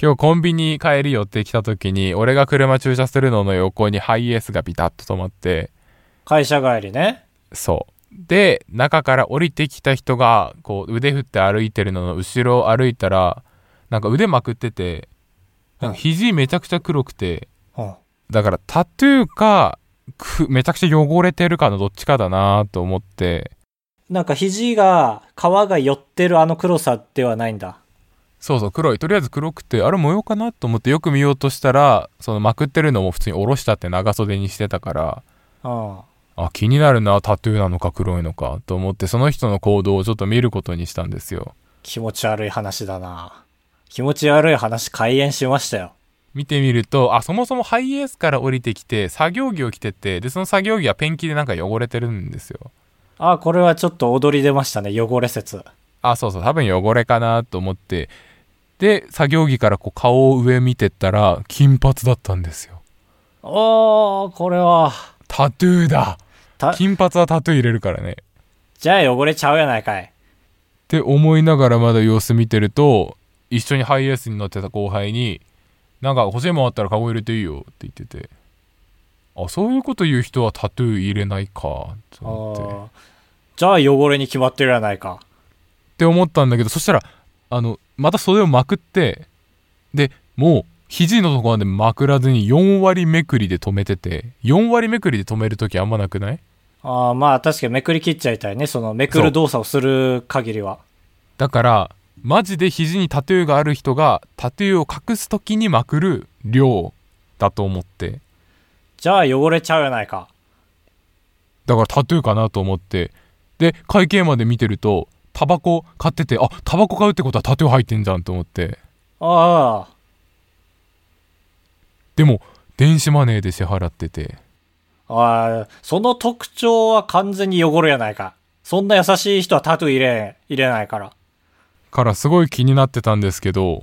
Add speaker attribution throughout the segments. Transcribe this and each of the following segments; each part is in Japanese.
Speaker 1: 今日コンビニ帰るよって来た時に、俺が車駐車するのの横にハイエースがビタッと止まって、
Speaker 2: 会社帰りね。
Speaker 1: そう。で、中から降りてきた人が、こう、腕振って歩いてるのの後ろを歩いたら、なんか腕まくってて、なんか肘めちゃくちゃ黒くて、
Speaker 2: うん。
Speaker 1: だからタトゥーか、くめちゃくちゃ汚れてるかのどっちかだなと思って、
Speaker 2: なんか肘が、皮が寄ってるあの黒さではないんだ。
Speaker 1: そうそう、黒い。とりあえず黒くて、あれ模様かなと思ってよく見ようとしたら、そのまくってるのも普通に下ろしたって長袖にしてたから、
Speaker 2: うん。
Speaker 1: あ、気になるな、タトゥーなのか黒いのかと思って、その人の行動をちょっと見ることにしたんですよ。
Speaker 2: 気持ち悪い話だな。気持ち悪い話開演しましたよ。
Speaker 1: 見てみると、あ、そもそもハイエースから降りてきて、作業着を着てて、で、その作業着はペンキでなんか汚れてるんですよ。
Speaker 2: あ、これはちょっと踊り出ましたね。汚れ説。
Speaker 1: あ、そうそう、多分汚れかなと思って、で、作業着からこう顔を上見てったら、金髪だったんですよ。
Speaker 2: おー、これは。
Speaker 1: タトゥーだ
Speaker 2: た、
Speaker 1: 金髪はタトゥー入れるからね。
Speaker 2: じゃあ汚れちゃうやないかい。
Speaker 1: って思いながらまだ様子見てると、一緒にハイエースに乗ってた後輩に、なんか欲しいもんあったらカゴ入れていいよって言ってて、あ、そういうこと言う人はタトゥー入れないか、と
Speaker 2: あ
Speaker 1: 思って。
Speaker 2: ーじゃあ汚れに決まってるやないか。
Speaker 1: って思ったんだけどそしたらあのまた袖をまくってでもう肘のところまでまくらずに4割めくりで止めてて4割めくりで止める時あんまなくない
Speaker 2: ああ、まあ確かにめくり切っちゃいたいね。そのめくる動作をする限りは。
Speaker 1: だからマジで肘にタトゥーがある人がタトゥーを隠す時にまくる量だと思って
Speaker 2: じゃあ汚れちゃうやないか。
Speaker 1: だからタトゥーかなと思ってで会計まで見てるとタバコ買っててあタバコ買うってことはタトゥー入ってんじゃんと思って
Speaker 2: あ
Speaker 1: でも電子マネーで支払ってて
Speaker 2: あ、ああ、その特徴は完全に汚れやないか。そんな優しい人はタトゥー入れ、入れないから。
Speaker 1: からすごい気になってたんですけど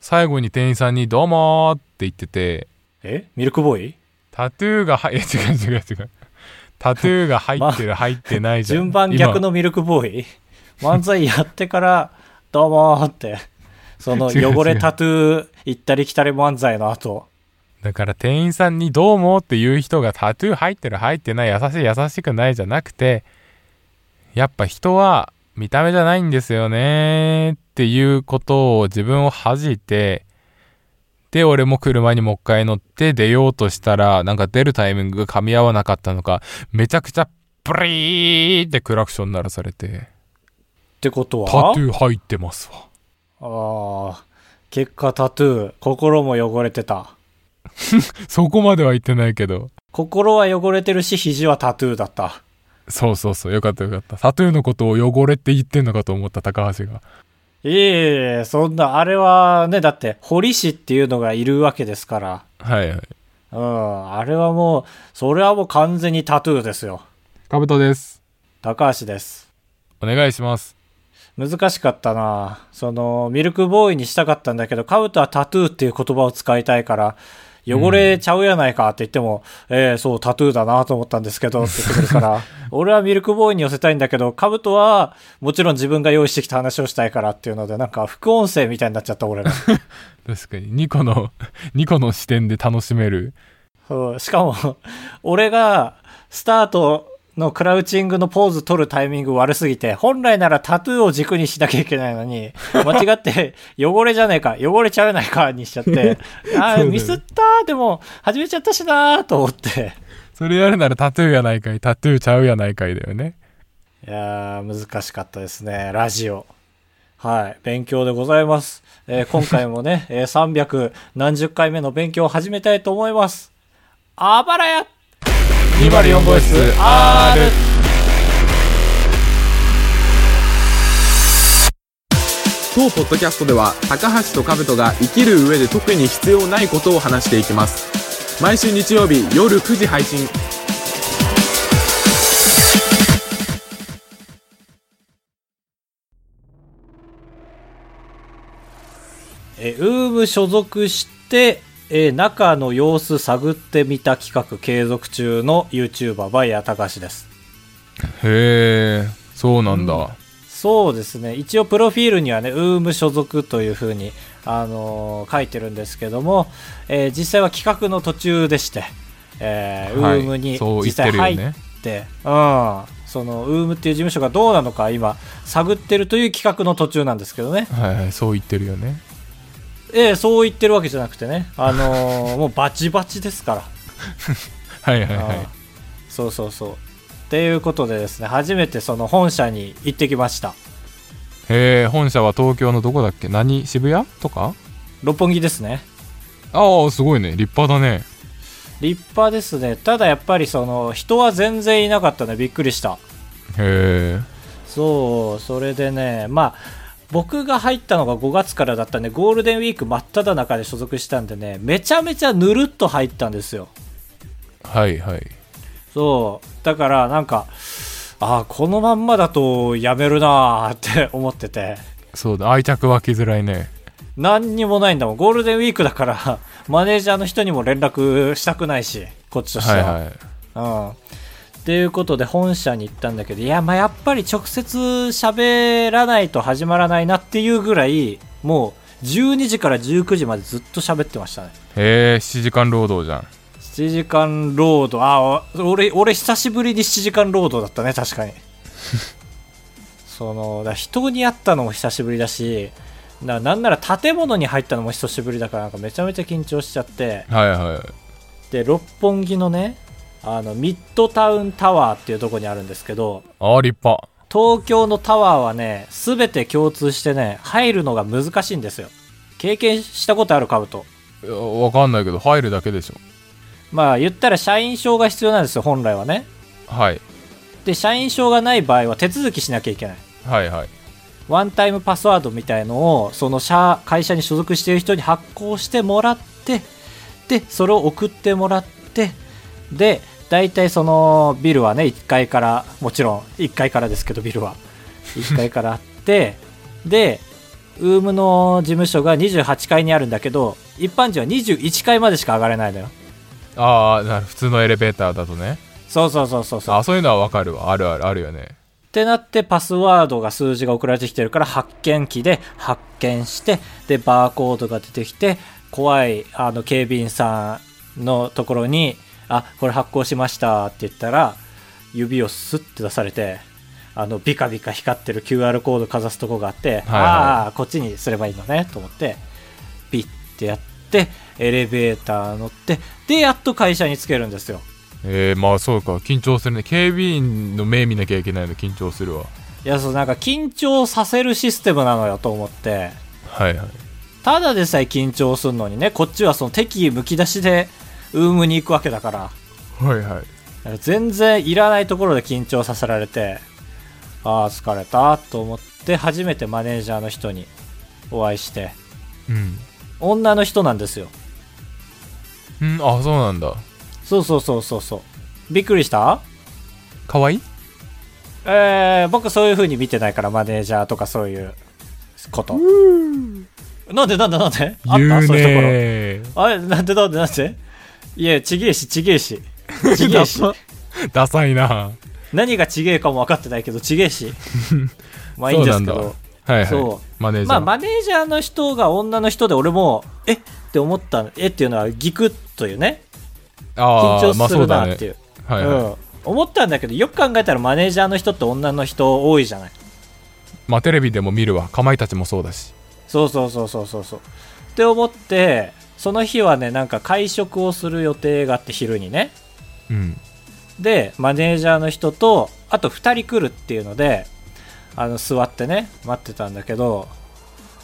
Speaker 1: 最後に店員さんに「どうも」って言ってて
Speaker 2: えミルクボーイ
Speaker 1: タトゥーが入え違う違う違うタトゥーが入ってる、入ってないじゃん
Speaker 2: 順番逆のミルクボーイ漫才やってから、 どうもーって、その
Speaker 1: 違う違う
Speaker 2: 汚れタトゥー行ったり来たり漫才の後、
Speaker 1: 今だから店員さんに「どうも」っていう人がタトゥー入ってる入ってない優しい優しくないじゃなくてやっぱ人は見た目じゃないんですよねっていうことを自分を恥じてで俺も車にもう一回乗って出ようとしたらなんか出るタイミングが噛み合わなかったのかめちゃくちゃプリーってクラクション鳴らされて
Speaker 2: ってこと
Speaker 1: 「タ
Speaker 2: は
Speaker 1: トゥー入ってますわ
Speaker 2: ああ、結果タトゥー、心も汚れてた。」
Speaker 1: そこまでは言ってないけど
Speaker 2: 心は汚れてるし、肘はタトゥーだった。
Speaker 1: そうそうそうよかったよかったタトゥーのことを汚れって言ってんのかと思った高橋が
Speaker 2: いえいえいえ、そんな、あれはね、だって、堀師っていうのがいるわけですから。
Speaker 1: はいはい
Speaker 2: うん、あれはもう、それはもう完全にタトゥーですよ。
Speaker 1: かぶとです
Speaker 2: 高橋です。
Speaker 1: お願いします
Speaker 2: 難しかったなそのミルクボーイにしたかったんだけどカブトはタトゥーっていう言葉を使いたいから汚れちゃうやないかって言っても、ええそうタトゥーだなと思ったんですけどって言ってくるから俺はミルクボーイに寄せたいんだけどカブトはもちろん自分が用意してきた話をしたいからっていうのでなんか副音声みたいになっちゃった俺が、
Speaker 1: 確かに2個の2 個の視点で楽しめる
Speaker 2: そうしかも 俺がスタートのクラウチングのポーズ取るタイミング悪すぎて本来ならタトゥーを軸にしなきゃいけないの に間違って汚れじゃねえか汚れちゃうないかにしちゃって
Speaker 1: そ
Speaker 2: あ
Speaker 1: うだ
Speaker 2: あ
Speaker 1: よね
Speaker 2: ミスったでも始めちゃったしなーと思って
Speaker 1: それやるならタトゥーやないかいタトゥーちゃうやないかいだよね
Speaker 2: いやー難しかったですねラジオはい勉強でございます、えー今回もね、えー300何十回目の勉強を始めたいと思いますあばらや
Speaker 1: 204号室 R
Speaker 3: 当ポッドキャストでは高橋と兜が生きる上で特に必要ないことを話していきます毎週日曜日夜9時配信
Speaker 2: えーウーム所属して、えー中の様子探ってみた企画継続中の YouTuber バイヤーたかしです
Speaker 1: へえそうなんだ、
Speaker 2: そうですね一応プロフィールにはねウーム所属というふうにあの書いてるんですけども、えー実際は企画の途中でして、えー
Speaker 1: はい
Speaker 2: ウームに
Speaker 1: そう
Speaker 2: 実
Speaker 1: 言って
Speaker 2: 際
Speaker 1: るよ
Speaker 2: 入っ
Speaker 1: ね
Speaker 2: って、うん、そのウームっていう事務所がどうなのか今探ってるという企画の途中なんですけどね、
Speaker 1: はいはいそう言ってるよね
Speaker 2: ええそう言ってるわけじゃなくてね、あのーもうバチバチですから、
Speaker 1: はいはい
Speaker 2: うん
Speaker 1: は
Speaker 2: そうそうそう。っていうことでですね初めてその本社に行ってきました
Speaker 1: いへえ本社は東京のどこだっけ何渋谷とか
Speaker 2: 六本木ですね
Speaker 1: ああすごいね立派だね
Speaker 2: 立派ですねただやっぱりその人は全然いなかったねびっくりした
Speaker 1: へ
Speaker 2: そうそれでねまあ僕が入ったのが5月からだったんでゴールデンウィーク真っ只中で所属したんでねめちゃめちゃぬるっと入ったんですよ
Speaker 1: えはいはい
Speaker 2: そうだからなんかああこのまんまだとやめるなーって思ってて
Speaker 1: そうだ愛着湧きづらいね
Speaker 2: 何にもないんだもんゴールデンウィークだから マネージャーの人にも連絡したくないしこっちとして
Speaker 1: はい
Speaker 2: は、
Speaker 1: はい
Speaker 2: うん。っていうことで本社に行ったんだけど、いや、まあ、やっぱり直接喋らないと始まらないなっていうぐらい、もう12時から19時までずっと喋ってましたね。
Speaker 1: へえ7時間労働じゃん
Speaker 2: 7時間労働、あ、お俺、俺久しぶりに7時間労働だったね、確かに。その、だから人に会ったのも久しぶりだし、ななんなら建物に入ったのも久しぶりだから、なんかめちゃめちゃ緊張しちゃって、
Speaker 1: はいはい
Speaker 2: で、六本木のね、あの、ミッドタウンタワーっていうとこにあるんですけど、
Speaker 1: ああ立派
Speaker 2: 東京のタワーはね、すべて共通してね、入るのが難しいんですよ。経験したことあるカブト。
Speaker 1: いやわかんないけど入るだけでしょ
Speaker 2: まあ言ったら社員証が必要なんですよ、本来はね。
Speaker 1: はい
Speaker 2: で、社員証がない場合は手続きしなきゃいけない。
Speaker 1: はいはい
Speaker 2: ワンタイムパスワードみたいのを、その社、会社に所属している人に発行してもらって、で、それを送ってもらって、で、大体そのビルはね、1階から、もちろん1階からですけど、ビルは。1階からあって、 で、ウームの事務所が28階にあるんだけど、一般人は21階までしか上がれないのよ。
Speaker 1: ああなる普通のエレベーターだとね
Speaker 2: そうそうそうそうそう。
Speaker 1: あそういうのはわかるわあるあるあるよね
Speaker 2: ってなってパスワードが数字が送られてきてるから発見機で発見してでバーコードが出てきて怖いあの警備員さんのところに「あこれ発行しました」って言ったら指をスッて出されてあのビカビカ光ってる QR コードかざすとこがあって、
Speaker 1: はい
Speaker 2: ああこっちにすればいいのねと思ってピッてやってエレベーター乗ってでやっと会社につけるんですよ。
Speaker 1: えー、まあそうか緊張するね警備員の目見なきゃいけないの緊張するわ
Speaker 2: いやそうなんか緊張させるシステムなのよと思って。
Speaker 1: はいはい
Speaker 2: ただでさえ緊張するのにねこっちはその敵意むき出しでウームに行くわけだから
Speaker 1: はいはい
Speaker 2: 全然いらないところで緊張させられてああ疲れたと思って初めてマネージャーの人にお会いして
Speaker 1: うん
Speaker 2: 女の人なんですよ
Speaker 1: うんあそうなんだ
Speaker 2: そうそうそうそうそうびっくりした
Speaker 1: かわいい
Speaker 2: えー、僕そういう風に見てないからマネージャーとかそういうことなんでなんでなんであったそういうとこ
Speaker 1: ね
Speaker 2: ろあれなんでなんでなんでいやちげえしちげえしちげえ し
Speaker 1: ダサいな
Speaker 2: 何がちげえかも分かってないけどちげ えしまあいいんですけ
Speaker 1: そうなん
Speaker 2: ど
Speaker 1: だはいは
Speaker 2: そ
Speaker 1: いマネージ
Speaker 2: ま
Speaker 1: ャ
Speaker 2: あ
Speaker 1: ー、
Speaker 2: マネージャーの人が女の人で俺もえって思ったえっていうのはギクッというね緊
Speaker 1: あー、ま
Speaker 2: 張
Speaker 1: あ
Speaker 2: す
Speaker 1: そ
Speaker 2: る
Speaker 1: うだ
Speaker 2: なっ
Speaker 1: ね
Speaker 2: ていう
Speaker 1: はいはい、
Speaker 2: うん思ったんだけどよく考えたらマネージャーの人って女の人多いじゃない
Speaker 1: まあテレビでも見るわかまいたちもそうだし
Speaker 2: そうそうそうそうそうそうって思ってその日はねなんか会食をする予定があって昼にね
Speaker 1: うん
Speaker 2: でマネージャーの人とあと2人来るっていうのであの座ってね待ってたんだけど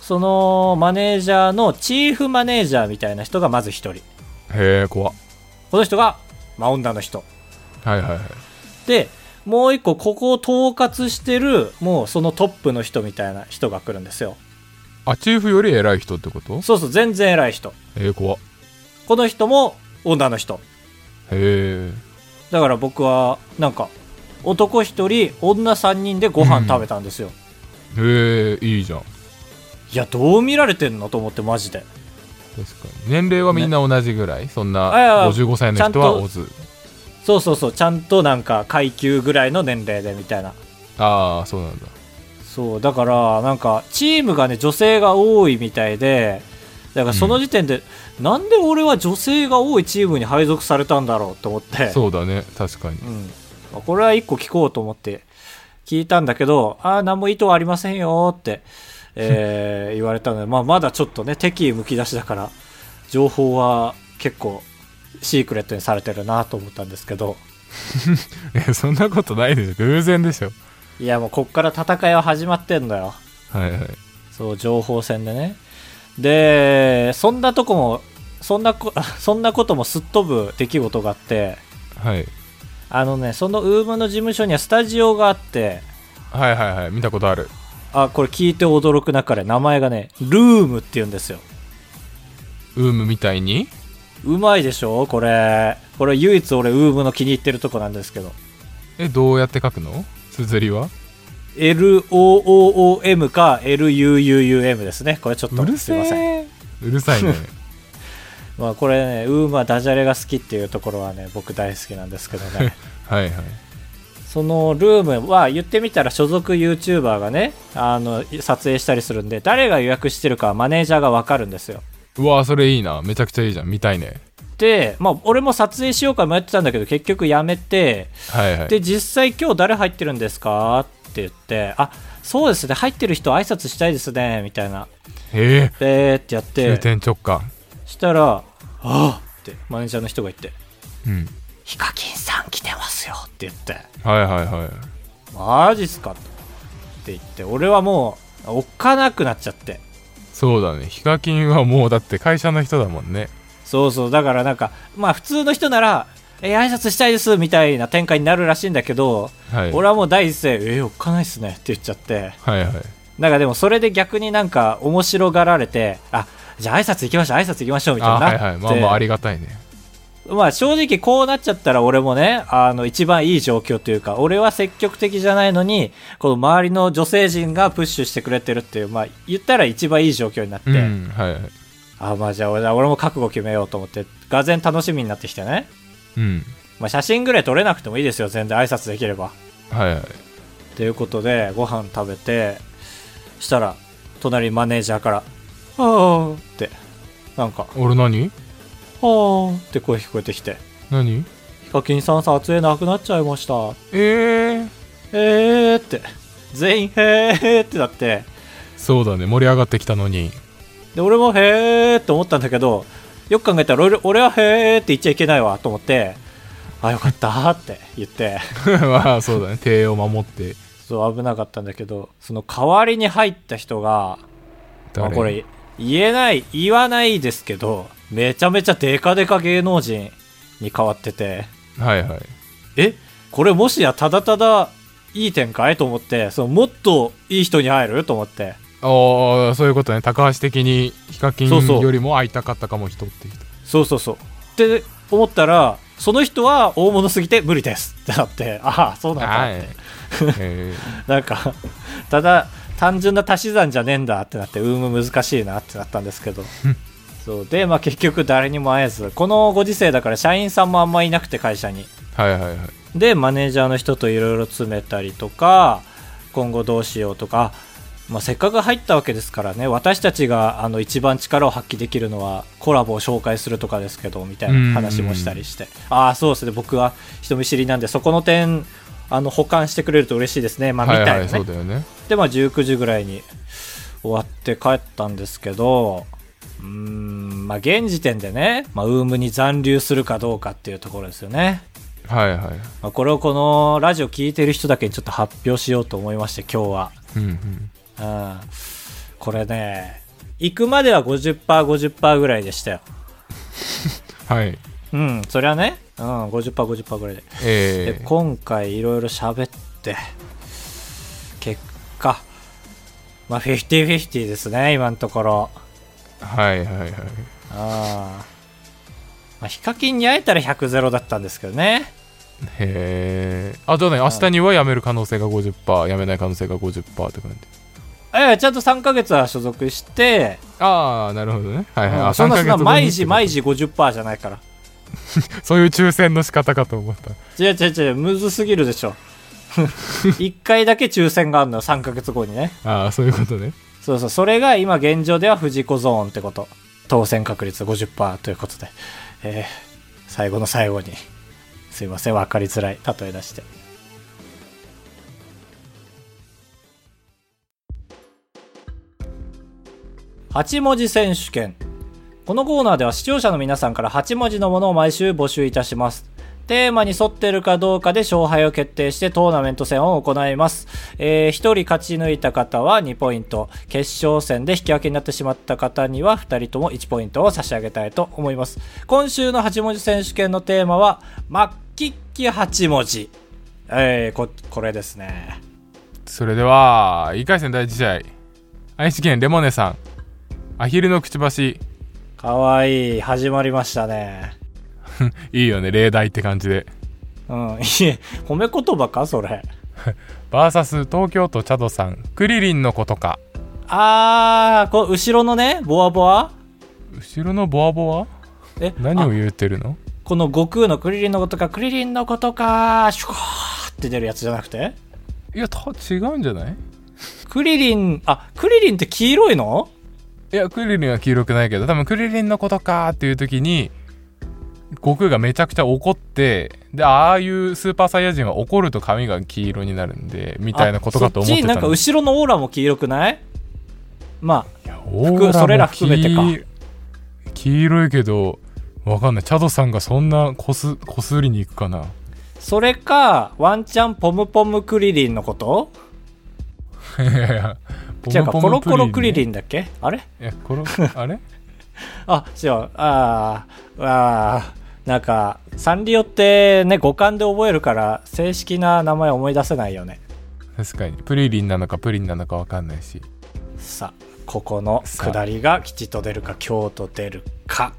Speaker 2: そのマネージャーのチーフマネージャーみたいな人がまず1人
Speaker 1: へえ怖っ
Speaker 2: この人が、まあ、女の人
Speaker 1: はいはいはい
Speaker 2: でもう1個ここを統括してるもうそのトップの人みたいな人が来るんですよ
Speaker 1: あチーフより偉い人ってこと
Speaker 2: そうそう全然偉い人
Speaker 1: えー、怖っ
Speaker 2: この人も女の人
Speaker 1: へえ
Speaker 2: だから僕はなんか男1人女3人でご飯食べたんですよ、
Speaker 1: へえいいじゃん
Speaker 2: いやどう見られてんのと思ってマジで
Speaker 1: 確かに年齢はみんな同じぐらい、そん
Speaker 2: あいや
Speaker 1: な55歳の人はオズ
Speaker 2: そうそうそうちゃんとなんか階級ぐらいの年齢でみたいな
Speaker 1: ああそうなんだ
Speaker 2: そうだからなんかチームがね女性が多いみたいでだからその時点で、なんで俺は女性が多いチームに配属されたんだろうと思って
Speaker 1: そうだね確かに
Speaker 2: うんまあこれは一個聞こうと思って聞いたんだけどああ何も意図はありませんよって、 えー言われたので、まあ、まだちょっとね敵意むき出しだから情報は結構シークレットにされてるなと思ったんですけど
Speaker 1: えそんなことないでしょ偶然でしょ
Speaker 2: いやもうこっから戦いは始まってんだよ
Speaker 1: はいはい
Speaker 2: そう情報戦でねでそんなとこもそんなこ そんなこともすっ飛ぶ出来事があって
Speaker 1: はい
Speaker 2: あのねそのウームの事務所にはスタジオがあって
Speaker 1: はいはいはい見たことある
Speaker 2: あこれ聞いて驚く中で名前がねルームって言うんですよ
Speaker 1: ウームみたいに
Speaker 2: うまいでしょこれこれ唯一俺ウームの気に入ってるとこなんですけど
Speaker 1: えどうやって書くの綴りは
Speaker 2: LOOOM か LUUUM ですねこれちょっと
Speaker 1: うる
Speaker 2: す
Speaker 1: せ
Speaker 2: いません
Speaker 1: えうる さいね
Speaker 2: まあこれねウームはダジャレが好きっていうところはね僕大好きなんですけどね
Speaker 1: はいはい
Speaker 2: そのルームは言ってみたら所属 YouTuber がねあの撮影したりするんで誰が予約してるかはマネージャーが分かるんですよ
Speaker 1: うわそれいいなめちゃくちゃいいじゃん見たいね
Speaker 2: でまあ俺も撮影しようか迷ってたんだけど結局やめて
Speaker 1: はいはい
Speaker 2: で実際今日誰入ってるんですかって言ってあそうですね入ってる人挨拶したいですねみたいな
Speaker 1: え
Speaker 2: でーってやっ
Speaker 1: え
Speaker 2: て
Speaker 1: 急転直下
Speaker 2: したら「あっ!」ってマネージャーの人が言って
Speaker 1: うん
Speaker 2: 「ヒカキンさん来てますよ」って言って
Speaker 1: はいはいはい
Speaker 2: 「マジっすか?」って言って俺はもうおっかなくなっちゃって
Speaker 1: そうだねヒカキンはもうだって会社の人だもんね
Speaker 2: そうそうだからなんかまあ普通の人なら「え挨拶したいです」みたいな展開になるらしいんだけど、
Speaker 1: はい
Speaker 2: 俺はもう第一声「えおっかないっすね」って言っちゃって
Speaker 1: はいはい
Speaker 2: なんかでもそれで逆になんか面白がられて、あ、じゃあ挨拶行きましょう、挨拶行きましょうみたい
Speaker 1: あ
Speaker 2: になっ
Speaker 1: は
Speaker 2: て。
Speaker 1: いはいまあまあありがたいね
Speaker 2: まあ正直こうなっちゃったら俺もね、あの一番いい状況というか、俺は積極的じゃないのに、この周りの女性陣がプッシュしてくれてるっていう、まあ言ったら一番いい状況になって、
Speaker 1: うんはいはい
Speaker 2: あ、まあじゃあ俺俺も覚悟決めようと思って、がぜん楽しみになってきてね。
Speaker 1: うん
Speaker 2: まあ写真ぐらい撮れなくてもいいですよ、全然挨拶できれば。
Speaker 1: はいはい
Speaker 2: ということでご飯食べてしたら隣マネージャーから「あー」ってなんか「
Speaker 1: 俺何
Speaker 2: あー」って声聞こえてきて
Speaker 1: 何
Speaker 2: 「ヒカキンさん撮影なくなっちゃいました
Speaker 1: ええー、」
Speaker 2: えーって全員「へー」ってなって
Speaker 1: そうだね盛り上がってきたのに
Speaker 2: で俺も「へー」って思ったんだけどよく考えたら俺俺は「へー」って言っちゃいけないわと思って「あよかった」って言って
Speaker 1: まあそうだね帝を守って
Speaker 2: そう危なかったんだけどその代わりに入った人がまあ、これ言えない言わないですけどめちゃめちゃデカデカ芸能人に変わってて
Speaker 1: はいはい
Speaker 2: えこれもしやただただいい展開と思ってそのもっといい人に入ると思って
Speaker 1: ああそういうことね高橋的にヒカキン
Speaker 2: そうそう
Speaker 1: よりも会いたかったかも人って人
Speaker 2: そうそうそうって思ったらその人は大物すぎて無理です ってなってああそうなんだ
Speaker 1: は
Speaker 2: っ
Speaker 1: い
Speaker 2: て、
Speaker 1: え
Speaker 2: なんかただ単純な足し算じゃねえんだってなってうーむ難しいなってなったんですけどそうでまあ結局誰にも会えずこのご時世だから社員さんもあんまいなくて会社に
Speaker 1: ーはい はいはい
Speaker 2: でマネージャーの人といろいろ詰めたりとか今後どうしようとか、まあ、せっかく入ったわけですからね私たちがあの一番力を発揮できるのはコラボを紹介するとかですけどみたいな話もしたりしてああそうですね僕は人見知りなんでそこの点あの保管してくれると嬉しいですねまあみ
Speaker 1: は
Speaker 2: た
Speaker 1: い
Speaker 2: いな、ね
Speaker 1: はいそうだよね
Speaker 2: でまあ19時ぐらいに終わって帰ったんですけどうーんまあ現時点でね、まあ、ウームに残留するかどうかっていうところですよね
Speaker 1: はいはい
Speaker 2: まあ、これをこのラジオ聞いてる人だけにちょっと発表しようと思いまして今日
Speaker 1: うんうん
Speaker 2: は、うん、これね行くまでは 50%50% ぐらいでしたよ
Speaker 1: はい
Speaker 2: うんそりゃね、うん、50%50% ぐらいで,、
Speaker 1: え
Speaker 2: で
Speaker 1: ー、
Speaker 2: 今回いろいろ喋って結果まあ50-50ですね今のところ
Speaker 1: はいはいはい
Speaker 2: うんまあヒカキンに会えたら100-0だったんですけどね
Speaker 1: へえあじゃあね明日には辞める可能性が50%辞めない可能性が50%って感じ
Speaker 2: ええちゃんと3ヶ月は所属して
Speaker 1: ああなるほどねはいはい、
Speaker 2: う
Speaker 1: あ
Speaker 2: んそんなそんな
Speaker 1: 3ヶ月後に
Speaker 2: 毎時毎時50%じゃないから
Speaker 1: そういう抽選の仕方かと思った
Speaker 2: 違う違う違うむずすぎるでしょ 1回だけ抽選があるのよ、3ヶ月後にね。
Speaker 1: ああそういうことね
Speaker 2: そうそう、それが今現状では藤子ゾーンってこと。当選確率50%ということで、えー最後の最後に、すいません、わかりづらい、例え出して。8文字選手権。このコーナーでは視聴者の皆さんから8文字のものを毎週募集いたします。テーマに沿ってるかどうかで勝敗を決定してトーナメント戦を行います。え1人勝ち抜いた方は2ポイント、決勝戦で引き分けになってしまった方には2人とも1ポイントを差し上げたいと思います。今週の8文字選手権のテーマは、マッキッキ8文字。えー、こ、これですね。
Speaker 1: それでは1回戦第1試合愛知県レモネさんアヒルのくちばし
Speaker 2: かわいい。始まりましたね。
Speaker 1: いいよね例題って感じで
Speaker 2: うん。いえ、褒め言葉かそれ。
Speaker 1: バーサス東京都チャドさんクリリンのことか
Speaker 2: あー、こう、後ろのね、ボワボワ
Speaker 1: 後ろのボワボワ
Speaker 2: え、
Speaker 1: 何を言ってるの
Speaker 2: この悟空のクリリンのことか、クリリンのことか、シュコーって出るやつじゃなくて
Speaker 1: いやた違うんじゃない
Speaker 2: クリリン、あ、クリリンって黄色いの
Speaker 1: いやクリリンは黄色くないけど多分クリリンのことかーっていう時に悟空がめちゃくちゃ怒ってでああいうスーパーサイヤ人は怒ると髪が黄色になるんでみたいなことかと思ってた
Speaker 2: あそっちなんか
Speaker 1: の
Speaker 2: 後ろのオーラも黄色くないまあ、
Speaker 1: オーラも
Speaker 2: それら含めてか
Speaker 1: 黄黄色いけどわかんないチャドさんがそんなこすこすりに行くかな
Speaker 2: それか、ワンチャンポムポムクリリンのこと
Speaker 1: いやいや
Speaker 2: 違うか、コロコロクリリ
Speaker 1: ンね
Speaker 2: ンだっけあれ
Speaker 1: いやコロあれ
Speaker 2: あ、違う、あー、あー、なんか、サンリオってね、五感で覚えるから、正式な名前思い出せないよね。
Speaker 1: 確かにプリリンなのかプリンなのかわかんないし
Speaker 2: さあここの下りが吉と出るか京と出るか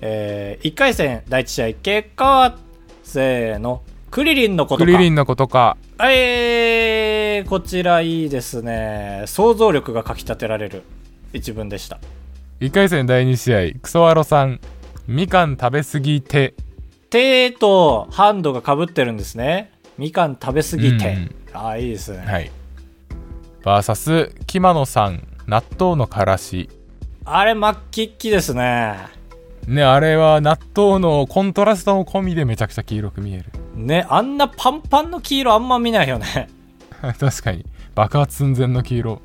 Speaker 2: えー、1回戦第1試合結果はせーのクリリンのこと
Speaker 1: ク
Speaker 2: か
Speaker 1: リリンのことか
Speaker 2: えー、こちらいいですね想像力がかきたてられる一文でした
Speaker 1: 1回戦第2試合クソワロさんみかん食べすぎて
Speaker 2: 手とハンドがかぶってるんですねみかん食べすぎて、
Speaker 1: うん
Speaker 2: あーいいですね、
Speaker 1: はい VS キマノさん納豆のからし
Speaker 2: あれマッキッキですね
Speaker 1: ねあれは納豆のコントラストも込みでめちゃくちゃ黄色く見える
Speaker 2: ねあんなパンパンの黄色あんま見ないよね
Speaker 1: 確かに爆発寸前の黄色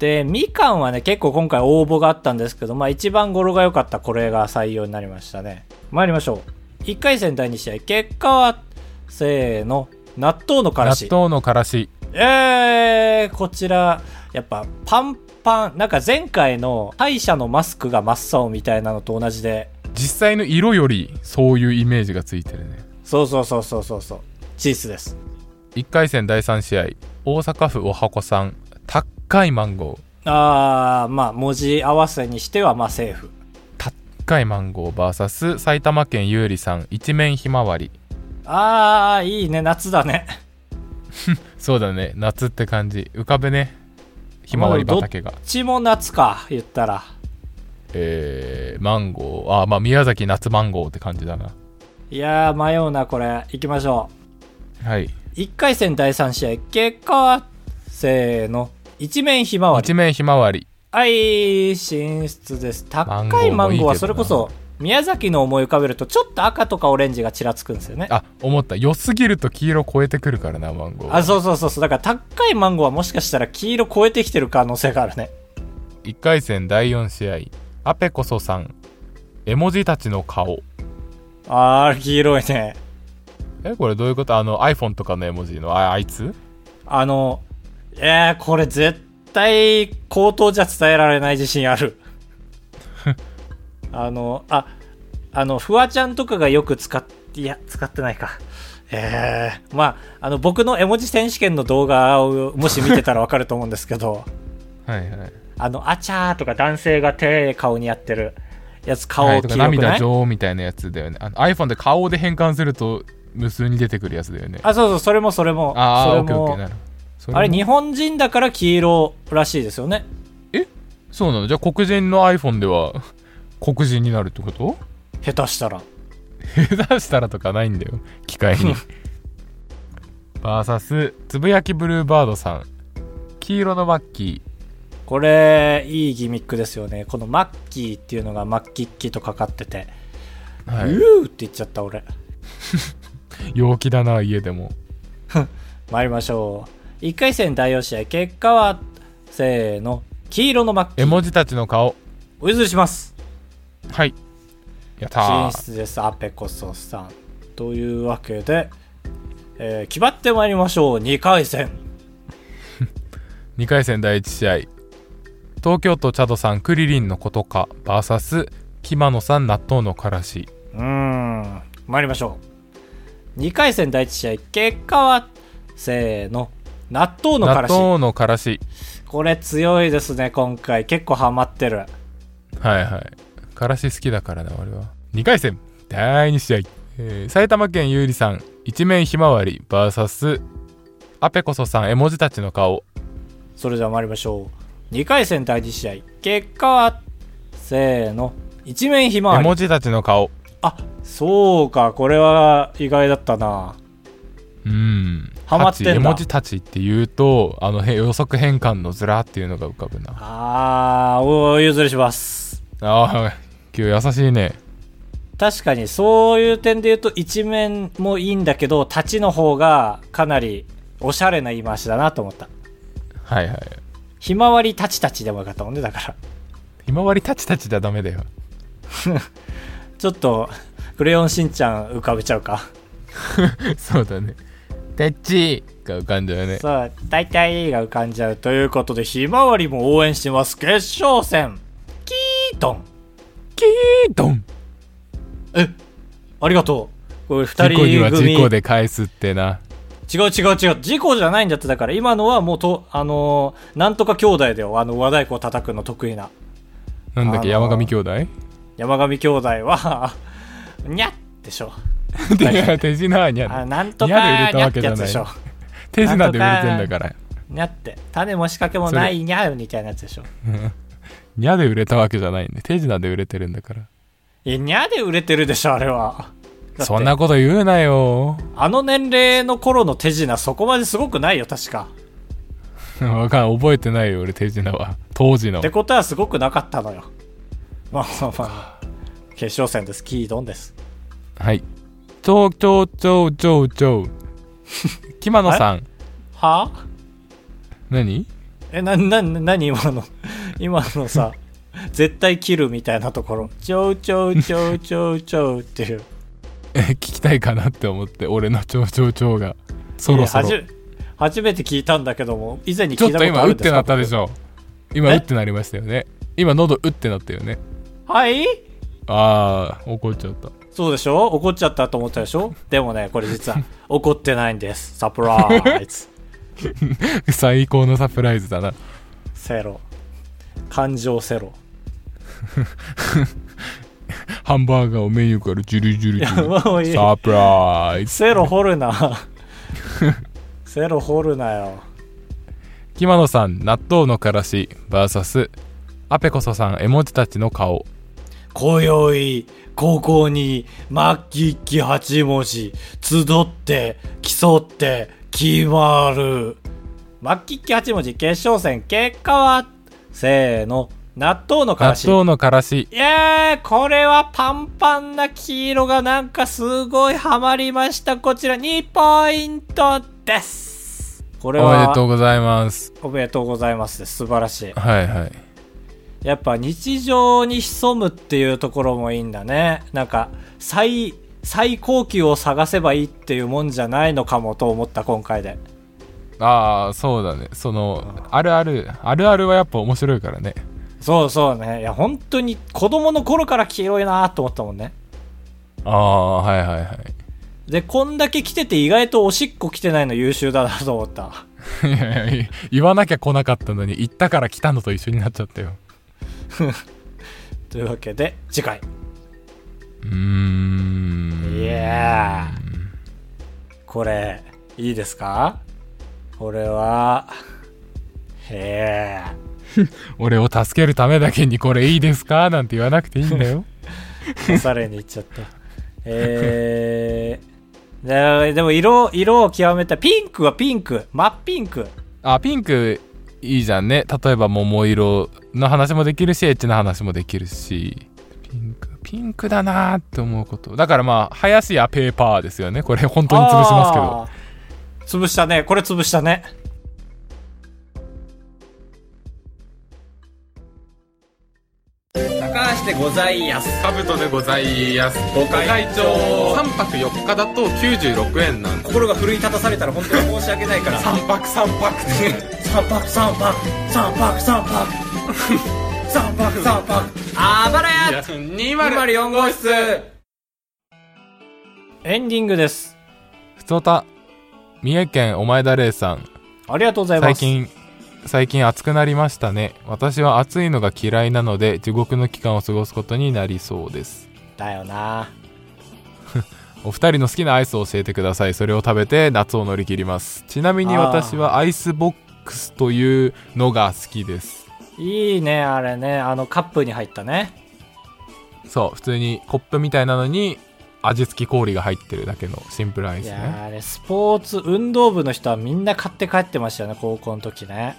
Speaker 2: で、みかんはね、結構今回応募があったんですけど、まあ一番語呂が良かったこれが採用になりましたね。参りましょう。1回戦第2試合、結果は、せーの、納豆のから
Speaker 1: 納
Speaker 2: し。
Speaker 1: 豆のからし
Speaker 2: えー、こちら、やっぱパンパン、なんか前回の敗者のマスクが真っ青みたいなのと同じで、
Speaker 1: 実際の色よりそういうイメージがついてるね
Speaker 2: そうそうそうそうそうそう、チースです。
Speaker 1: 1回戦第3試合大阪府おはこさん高いマンゴー
Speaker 2: あー、まあ文字合わせにしてはまあセーフ。
Speaker 1: 高いマンゴー VS 埼玉県優里さん一面ひまわり
Speaker 2: あー、いいね、夏だね。
Speaker 1: そうだね夏って感じ浮かぶねひまわり畑が
Speaker 2: どっちも夏か、言ったら。
Speaker 1: えー、マンゴーあまあ宮崎夏マンゴーって感じだない
Speaker 2: やー、迷うな、これ。行きましょ
Speaker 1: はい、
Speaker 2: う。1回戦第3試合、結果は、せーの。一面ひまわり
Speaker 1: 一。面ひまわり
Speaker 2: はい、進出です。高い
Speaker 1: マ
Speaker 2: マ
Speaker 1: ンゴーもい
Speaker 2: ン
Speaker 1: いけ
Speaker 2: ゴー
Speaker 1: ど
Speaker 2: は
Speaker 1: な
Speaker 2: それこそ、宮崎の思い浮かべると、ちょっと赤とかオレンジがちらつくんですよね。
Speaker 1: あ思った良すぎると黄色超えてくるからなマンゴ
Speaker 2: あ、
Speaker 1: ー
Speaker 2: そうそうそうそう。だから、高いマンゴーはもしかしたら黄色超えてきてる可能性があるね。
Speaker 1: 1回戦第4試合アペコソさん絵文字たちの顔
Speaker 2: あー、黄色いね。
Speaker 1: えこれどういうことあの iPhone とかの絵文字のああいつ
Speaker 2: あの、えー、これ絶対、口頭じゃ伝えられない自信ある。 あの、あ、あの、フワちゃんとかがよく使っ、いや、使ってないか。えー、まあ、あの、僕の絵文字選手権の動画をもし見てたらわかると思うんですけど、
Speaker 1: はいはい
Speaker 2: あの、あちゃーとか男性が手、顔にやってるやつ、顔
Speaker 1: は
Speaker 2: を
Speaker 1: いと
Speaker 2: 黄
Speaker 1: か
Speaker 2: 色くない、
Speaker 1: 涙女王みたいなやつだよねあの iPhone で顔で変換すると無数に出てくるやつだよね
Speaker 2: あ、そうそう、それもそれも。
Speaker 1: ああオ
Speaker 2: そ
Speaker 1: ッケ
Speaker 2: れ
Speaker 1: ーオッケ
Speaker 2: も
Speaker 1: ーなるほどそも
Speaker 2: あれ、日本人だから黄色らしいですよね。
Speaker 1: そうなのじゃあ黒人の iPhone では黒人になるってこと
Speaker 2: 下手したら。
Speaker 1: 下手したらとかないんだよ機械に VS つぶやきブルーバードさん黄色のマッキ
Speaker 2: これ、いいギミックですよね。このマッキーっていうのがマッキッキとかかってて、
Speaker 1: ー、はいう
Speaker 2: ーって言っちゃった俺。
Speaker 1: 陽気だな家でも
Speaker 2: 参りましょう。1回戦第4試合、結果は、せーの、黄色のマッキ
Speaker 1: 絵
Speaker 2: ー。
Speaker 1: 文字たちの顔
Speaker 2: お譲りします。
Speaker 1: はいやった
Speaker 2: 進
Speaker 1: ー
Speaker 2: 出ですアペコソさんというわけで、えー決まってまいりましょう2回戦
Speaker 1: 2回戦第1試合東京都チャドさんクリリンのことか VS キマノさん納豆のからし
Speaker 2: うーん参りましょう2回戦第1試合結果はせーの納豆のか
Speaker 1: 納
Speaker 2: らし
Speaker 1: 豆のからし
Speaker 2: これ強いですね今回結構ハマってる
Speaker 1: はいはいからし好きだからな俺は2回戦第2試合、えー埼玉県ゆうりさん一面ひまわり VS アペコソさん絵文字たちの顔
Speaker 2: それでは参りましょう2回戦第2試合結果はせーの一面ひまわ
Speaker 1: 絵
Speaker 2: り
Speaker 1: 文字たちの顔
Speaker 2: あそうかこれは意外だったな
Speaker 1: うん
Speaker 2: ハマって
Speaker 1: タ
Speaker 2: んだ
Speaker 1: チ絵文字たちっていうとあのへ予測変換のズラっていうのが浮かぶな
Speaker 2: あーお譲りします
Speaker 1: ああ今日優しいね
Speaker 2: 確かにそういう点で言うと一面もいいんだけど立ちの方がかなりおしゃれな言い回しだなと思った
Speaker 1: はいはい
Speaker 2: ひまわりたちたちでもよかったもんねだから
Speaker 1: ひまわりたちたちじゃダメだよ
Speaker 2: ちょっとクレヨンしんちゃん浮かべちゃうか
Speaker 1: そうだね。てっちーが浮かんじゃうね。
Speaker 2: さあ大体が浮かんじゃうということでひまわりも応援してます決勝戦キートン
Speaker 1: キートン
Speaker 2: えありがとうこれ
Speaker 1: 事
Speaker 2: 二人
Speaker 1: 故
Speaker 2: 組
Speaker 1: には事故で返すってな。
Speaker 2: 違う違う違う事故じゃないんだってだから今のはもうとあのーなんとか兄弟だよあの和太鼓を叩くの得意な
Speaker 1: なんだっけ、
Speaker 2: あの
Speaker 1: 山
Speaker 2: ー
Speaker 1: 上兄弟
Speaker 2: 山上兄弟は、 にゃっでしょ。
Speaker 1: いや 手品はにゃ
Speaker 2: あ
Speaker 1: ん。
Speaker 2: なんとか
Speaker 1: にゃで売れ
Speaker 2: ーにゃ
Speaker 1: た
Speaker 2: っ
Speaker 1: わ
Speaker 2: て
Speaker 1: けじ
Speaker 2: や
Speaker 1: ゃ
Speaker 2: つ
Speaker 1: な
Speaker 2: で
Speaker 1: い
Speaker 2: しょ。
Speaker 1: 手品で売れてんだから。
Speaker 2: にゃって。種も仕掛けもないにゃーみたいなやつでしょ。
Speaker 1: にゃで売れたわけじゃないんで、手品で売れてるんだから。
Speaker 2: いや、にゃで売れてるでしょ、あれは。だって
Speaker 1: そんなこと言うなよ。
Speaker 2: あの年齢の頃の手品、そこまですごくないよ、確か。
Speaker 1: わかん覚えてないよ、俺、手品は。当時の
Speaker 2: っ。てことは、すごくなかったのよ。まあまあまあ。決勝戦です。キードンです。
Speaker 1: はい。ちょうちょうちょうちょうち ょう。キマノさん。
Speaker 2: はぁ
Speaker 1: 何
Speaker 2: え、な、な、な、なに今の、 今のさ、絶対切るみたいなところ。ちょうちょうちょうちょうちょうっていう。
Speaker 1: え聞きたいかなって思って、俺のちょうちょうちょうが。そろそろ
Speaker 2: い。や初初めて聞いたんだけども以前に
Speaker 1: ち
Speaker 2: 聞
Speaker 1: ょ
Speaker 2: い
Speaker 1: ったと
Speaker 2: こと
Speaker 1: 今、
Speaker 2: あ
Speaker 1: う
Speaker 2: る
Speaker 1: っ
Speaker 2: んです
Speaker 1: て
Speaker 2: か
Speaker 1: なったでしょ。今、うってなりましたよね。今、喉うってなったよね。
Speaker 2: 僕はい
Speaker 1: ああ、怒っちゃった。
Speaker 2: そうでしょ怒っちゃったと思ったでしょでもねこれ実は怒ってないんですサプライズ
Speaker 1: 最高のサプライズだな。
Speaker 2: セロ感情セロ
Speaker 1: ハンバーガーをメニューからジュルジュルジュル。
Speaker 2: もういい
Speaker 1: サプライズ。
Speaker 2: セロ掘るなセロ掘るなよ
Speaker 1: キマノさん、納豆のからし、VS、アペコソさん、絵文字たちの顔。
Speaker 2: 今宵ここに末期期八文字集って競って決まる末期期八文字決勝戦結果はせーの納豆のから
Speaker 1: 納
Speaker 2: しい
Speaker 1: 豆のからし。
Speaker 2: やーこれはパンパンな黄色がなんかすごいハマりましたこちら2ポイントですこれ
Speaker 1: おめ
Speaker 2: は
Speaker 1: でとうございます。
Speaker 2: おめでとうございますです素晴らしい
Speaker 1: はいはい。
Speaker 2: やっぱ日常に潜むっていうところもいいんだね。なんか、最、最高級を探せばいいっていうもんじゃないのかもと思った今回で。
Speaker 1: ああ、そうだね。その、あるある、あるあるはやっぱ面白いからね。
Speaker 2: そうそうね。いや、本当に子供の頃から黄色いなと思ったもんね。
Speaker 1: ああ、はいはいはい。
Speaker 2: で、こんだけ来てて意外とおしっこ来てないの優秀だなと思った。
Speaker 1: いやいや 言わなきゃ来なかったのに行ったから来たのと一緒になっちゃったよ
Speaker 2: というわけで、次回。
Speaker 1: うーん
Speaker 2: いやー。これ、いいですかこれは、へー。
Speaker 1: 俺を助けるためだけにこれいいですかなん て言わなくていいんだよ
Speaker 2: おされに行っちゃった。えーででも色、色を極めたピンクはピンク。真っピンク。
Speaker 1: あピンクいいじゃんね例えば桃色の話もできるしエッチな話もできるしピンクピンクだなーって思うことだからまあ林やペーパーですよねこれ本当に潰しますけど
Speaker 2: すけど。潰したね。これ潰したね。
Speaker 4: 高橋でございやす
Speaker 3: カブトでございますご
Speaker 4: 会長
Speaker 3: 3泊4日だと96円なんです
Speaker 4: 心が奮い立たされたら本当に申し訳ないから三泊三泊って三泊三泊三泊三泊三泊三泊あばらや
Speaker 3: 204号室
Speaker 2: エンディングです。
Speaker 1: ふつおた三重県お前だれいさん
Speaker 2: ありがとうございま
Speaker 1: 最
Speaker 2: す。
Speaker 1: 近最近暑くなりましたね私は暑いのが嫌いなので地獄の期間を過ごすことになりそうです
Speaker 2: だよな。
Speaker 1: お二人の好きなアイスを教えてくださいそれを食べて夏を乗り切りますちなみに私はアイスボックスというのが好きです
Speaker 2: いいね、あれね。あの、カップに入ったね。
Speaker 1: そう普通にコップみたいなのに味付き氷が入ってるだけのシンプルアイ
Speaker 2: い
Speaker 1: ス
Speaker 2: や
Speaker 1: ね
Speaker 2: ーあれ、スポーツ、運動部の人はみんな買って帰ってましたよね、高校の時ね。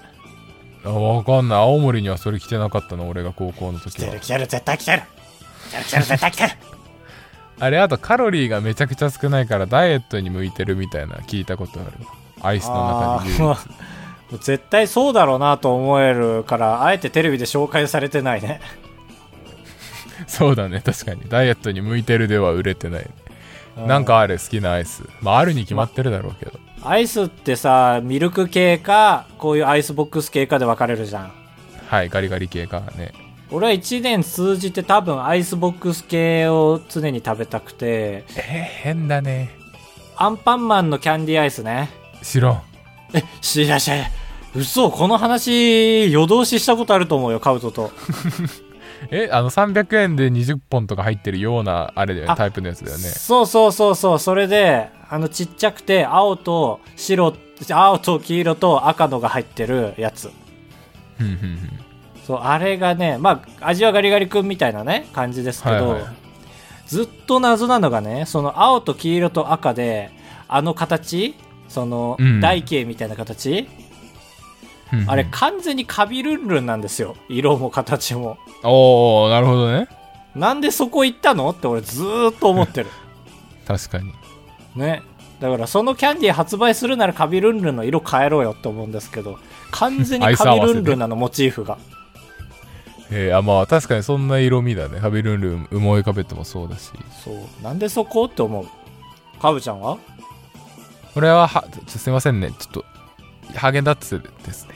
Speaker 1: あわかんない青森にはそれ着てなかったの俺が高校の
Speaker 2: 来
Speaker 1: 時
Speaker 2: て
Speaker 1: は
Speaker 2: る来てる、絶対来てる。来てる来てる、絶対来てる。
Speaker 1: あれあとカロリーがめちゃくちゃ少ないからダイエットに向いてるみたいな聞いたことあるアイスの
Speaker 2: あ
Speaker 1: 中に牛
Speaker 2: ー
Speaker 1: 乳
Speaker 2: もうもう絶対そうだろうなと思えるからあえてテレビで紹介されてないね
Speaker 1: そうだね確かにダイエットに向いてるでは売れてない、なんかある好きなアイスまああるに決まってるだろうけど、
Speaker 2: アイスってさミルク系かこういうアイスボックス系かで分かれるじゃん
Speaker 1: はいガリガリ系かね
Speaker 2: 俺は1年通じて多分アイスボックス系を常に食べたくて
Speaker 1: えー、変だね
Speaker 2: アンパンマンのキャンディアイスね
Speaker 1: 知らん
Speaker 2: え知らっしゃい嘘この話夜通ししたことあると思うよカウトと
Speaker 1: えあの300円で20本とか入ってるようなあれだよね
Speaker 2: あ
Speaker 1: タイプのやつだよね
Speaker 2: そうそうそうそうそれであのちっちゃくて青と白青と黄色と赤のが入ってるやつ
Speaker 1: ふんふんふん
Speaker 2: そうあれがねまあ味はガリガリ君みたいなね感じですけど、
Speaker 1: はいはい
Speaker 2: ずっと謎なのがねその青と黄色と赤であの形その
Speaker 1: うん
Speaker 2: 台形みたいな形、
Speaker 1: ふんふん
Speaker 2: あれ完全にカビルンルンなんですよ色も形も
Speaker 1: おおなるほどね
Speaker 2: なんでそこ行ったのって俺ずーっと 思ってる
Speaker 1: 確かに
Speaker 2: ねだからそのキャンディー発売するならカビルンルンの色変えろよって思うんですけど完全にカビルンルンなのモチーフが
Speaker 1: えー、あまあ確かにそんな色味だねカビルンルン思い浮かべてもそうだし
Speaker 2: そうなんでそこって思うカブちゃんは
Speaker 1: これははちょちょすいませんねちょっとハーゲンダッツですね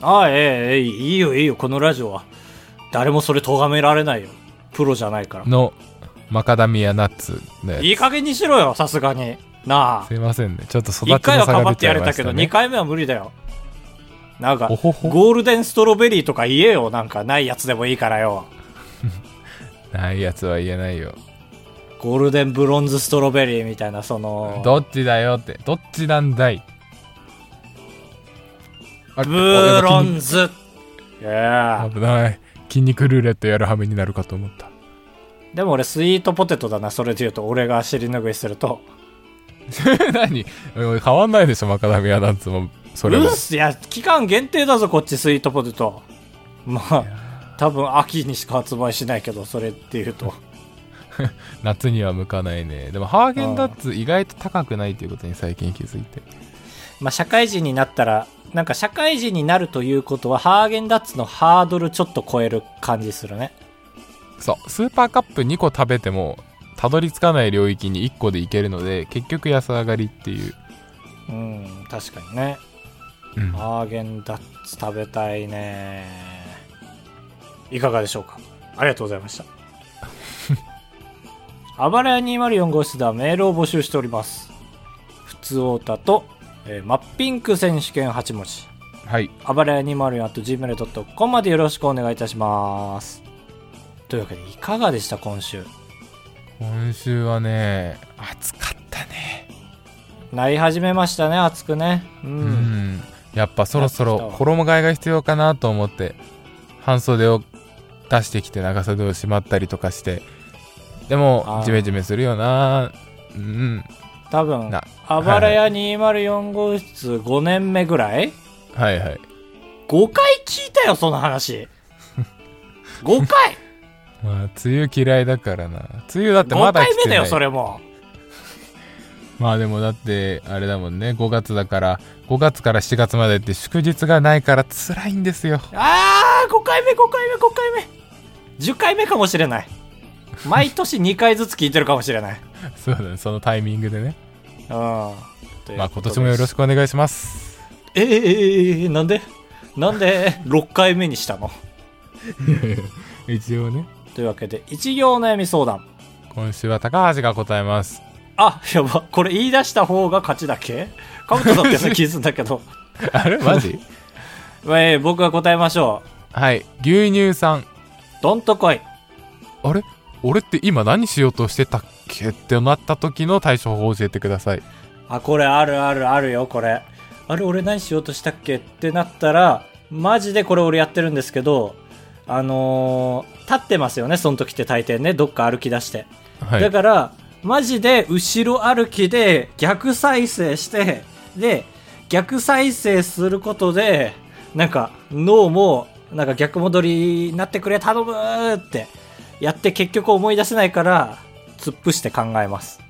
Speaker 2: ああええええいいよいいよこのラジオは誰もそれ咎められないよプロじゃないから
Speaker 1: のマカダミアナッツのやつ
Speaker 2: いい加減にしろよさすがになあ
Speaker 1: すいませんねちょっと育ち
Speaker 2: 1
Speaker 1: の
Speaker 2: 回は
Speaker 1: 差
Speaker 2: かば
Speaker 1: が出
Speaker 2: って
Speaker 1: ちゃ
Speaker 2: や
Speaker 1: い
Speaker 2: れ
Speaker 1: ま
Speaker 2: た
Speaker 1: し
Speaker 2: け
Speaker 1: た
Speaker 2: ど2
Speaker 1: ね
Speaker 2: 回目は無理だよなんか
Speaker 1: おほほ
Speaker 2: ゴールデンストロベリーとか言えよなんかないやつでもいいからよ
Speaker 1: ないやつは言えないよ
Speaker 2: ゴールデンブロンズストロベリーみたいなその
Speaker 1: どっちだよってどっちなんだいあれ
Speaker 2: ブロンズい
Speaker 1: あ
Speaker 2: や
Speaker 1: 危ない筋肉ルーレットやるはめになるかと思った
Speaker 2: でも俺スイートポテトだなそれで言うと俺が尻拭いすると
Speaker 1: 何おい変わんないでしょマカダミアナッツもそうれも
Speaker 2: っすいや期間限定だぞこっちスイートポテトまあ多分秋にしか発売しないけどそれって言うと
Speaker 1: 夏には向かないねでもハーゲンダッツ意外と高くないということに最近気づいて
Speaker 2: まあ社会人になったらなんか社会人になるということはハーゲンダッツのハードルちょっと超える感じするね
Speaker 1: そうスーパーカップ2個食べてもたどり着かない領域に1個でいけるので結局安上がりっていう、
Speaker 2: うん確かにね
Speaker 1: うん
Speaker 2: ハーゲンダッツ食べたいねいかがでしょうかありがとうございました あばらや204号室ではメールを募集しております普通オータと、えーマッピンク選手権8文字
Speaker 1: はい
Speaker 2: あばらや 204.gmail.com までよろしくお願いいたしますというわけでいかがでした今週
Speaker 1: 今週はね暑かったね
Speaker 2: なり始めましたね暑くね
Speaker 1: う
Speaker 2: うん
Speaker 1: ん、やっぱそろそ
Speaker 2: やって
Speaker 1: ろ
Speaker 2: きた
Speaker 1: 衣替えが必要かなと思って半袖を出してきて長袖をしまったりとかしてで
Speaker 2: あ
Speaker 1: も
Speaker 2: ー
Speaker 1: ジメジメするよなうん
Speaker 2: 多分
Speaker 1: な
Speaker 2: あばらや204号室5年目ぐらい
Speaker 1: はいはい
Speaker 2: ?5 回聞いたよ、そ の話。5回
Speaker 1: まあ梅雨嫌いだからな梅雨だってま
Speaker 2: !5
Speaker 1: だ来
Speaker 2: 回
Speaker 1: てない
Speaker 2: 目だよ、それも。
Speaker 1: まあでもだってあれだもんね5月だから5月から7月までって祝日がないから辛いんですよ
Speaker 2: あー、5回目、5回目、5回目。10回目かもしれない。毎年2回ずつ聞いてるかもしれない。うん。
Speaker 1: そうだねそのタイミングでねまあ今年もよろし
Speaker 2: く。
Speaker 1: くお願いします
Speaker 2: えー、えーえーなんでなんで6回目にしたの
Speaker 1: 一応ね
Speaker 2: というわけで、一行悩み相談。
Speaker 1: 今週は高橋が答え ます
Speaker 2: あ、やば、これ言い出した方が勝ちだっけカブトだってやつ気づいんだけ ど。
Speaker 1: あれマジ
Speaker 2: えー、僕が答えましょ
Speaker 1: はい牛乳さん
Speaker 2: う。どんとこい。
Speaker 1: あれ俺って今何しようとしてたっけってなった時の対処法を教えてください
Speaker 2: あ、これあるあるあるよ、これ。あれ、俺何しようとしたっけってなったら、マジでこれ俺やってるんですけど、あのー立ってますよね、その時って大抵ね、どっか歩き出して。
Speaker 1: はい
Speaker 2: だから、マジで後ろ歩きで逆再生して、で、逆再生することで、なんか脳も、なんか逆戻りになってくれ、頼むーってやって結局思い出せないから、突っ伏して考えます。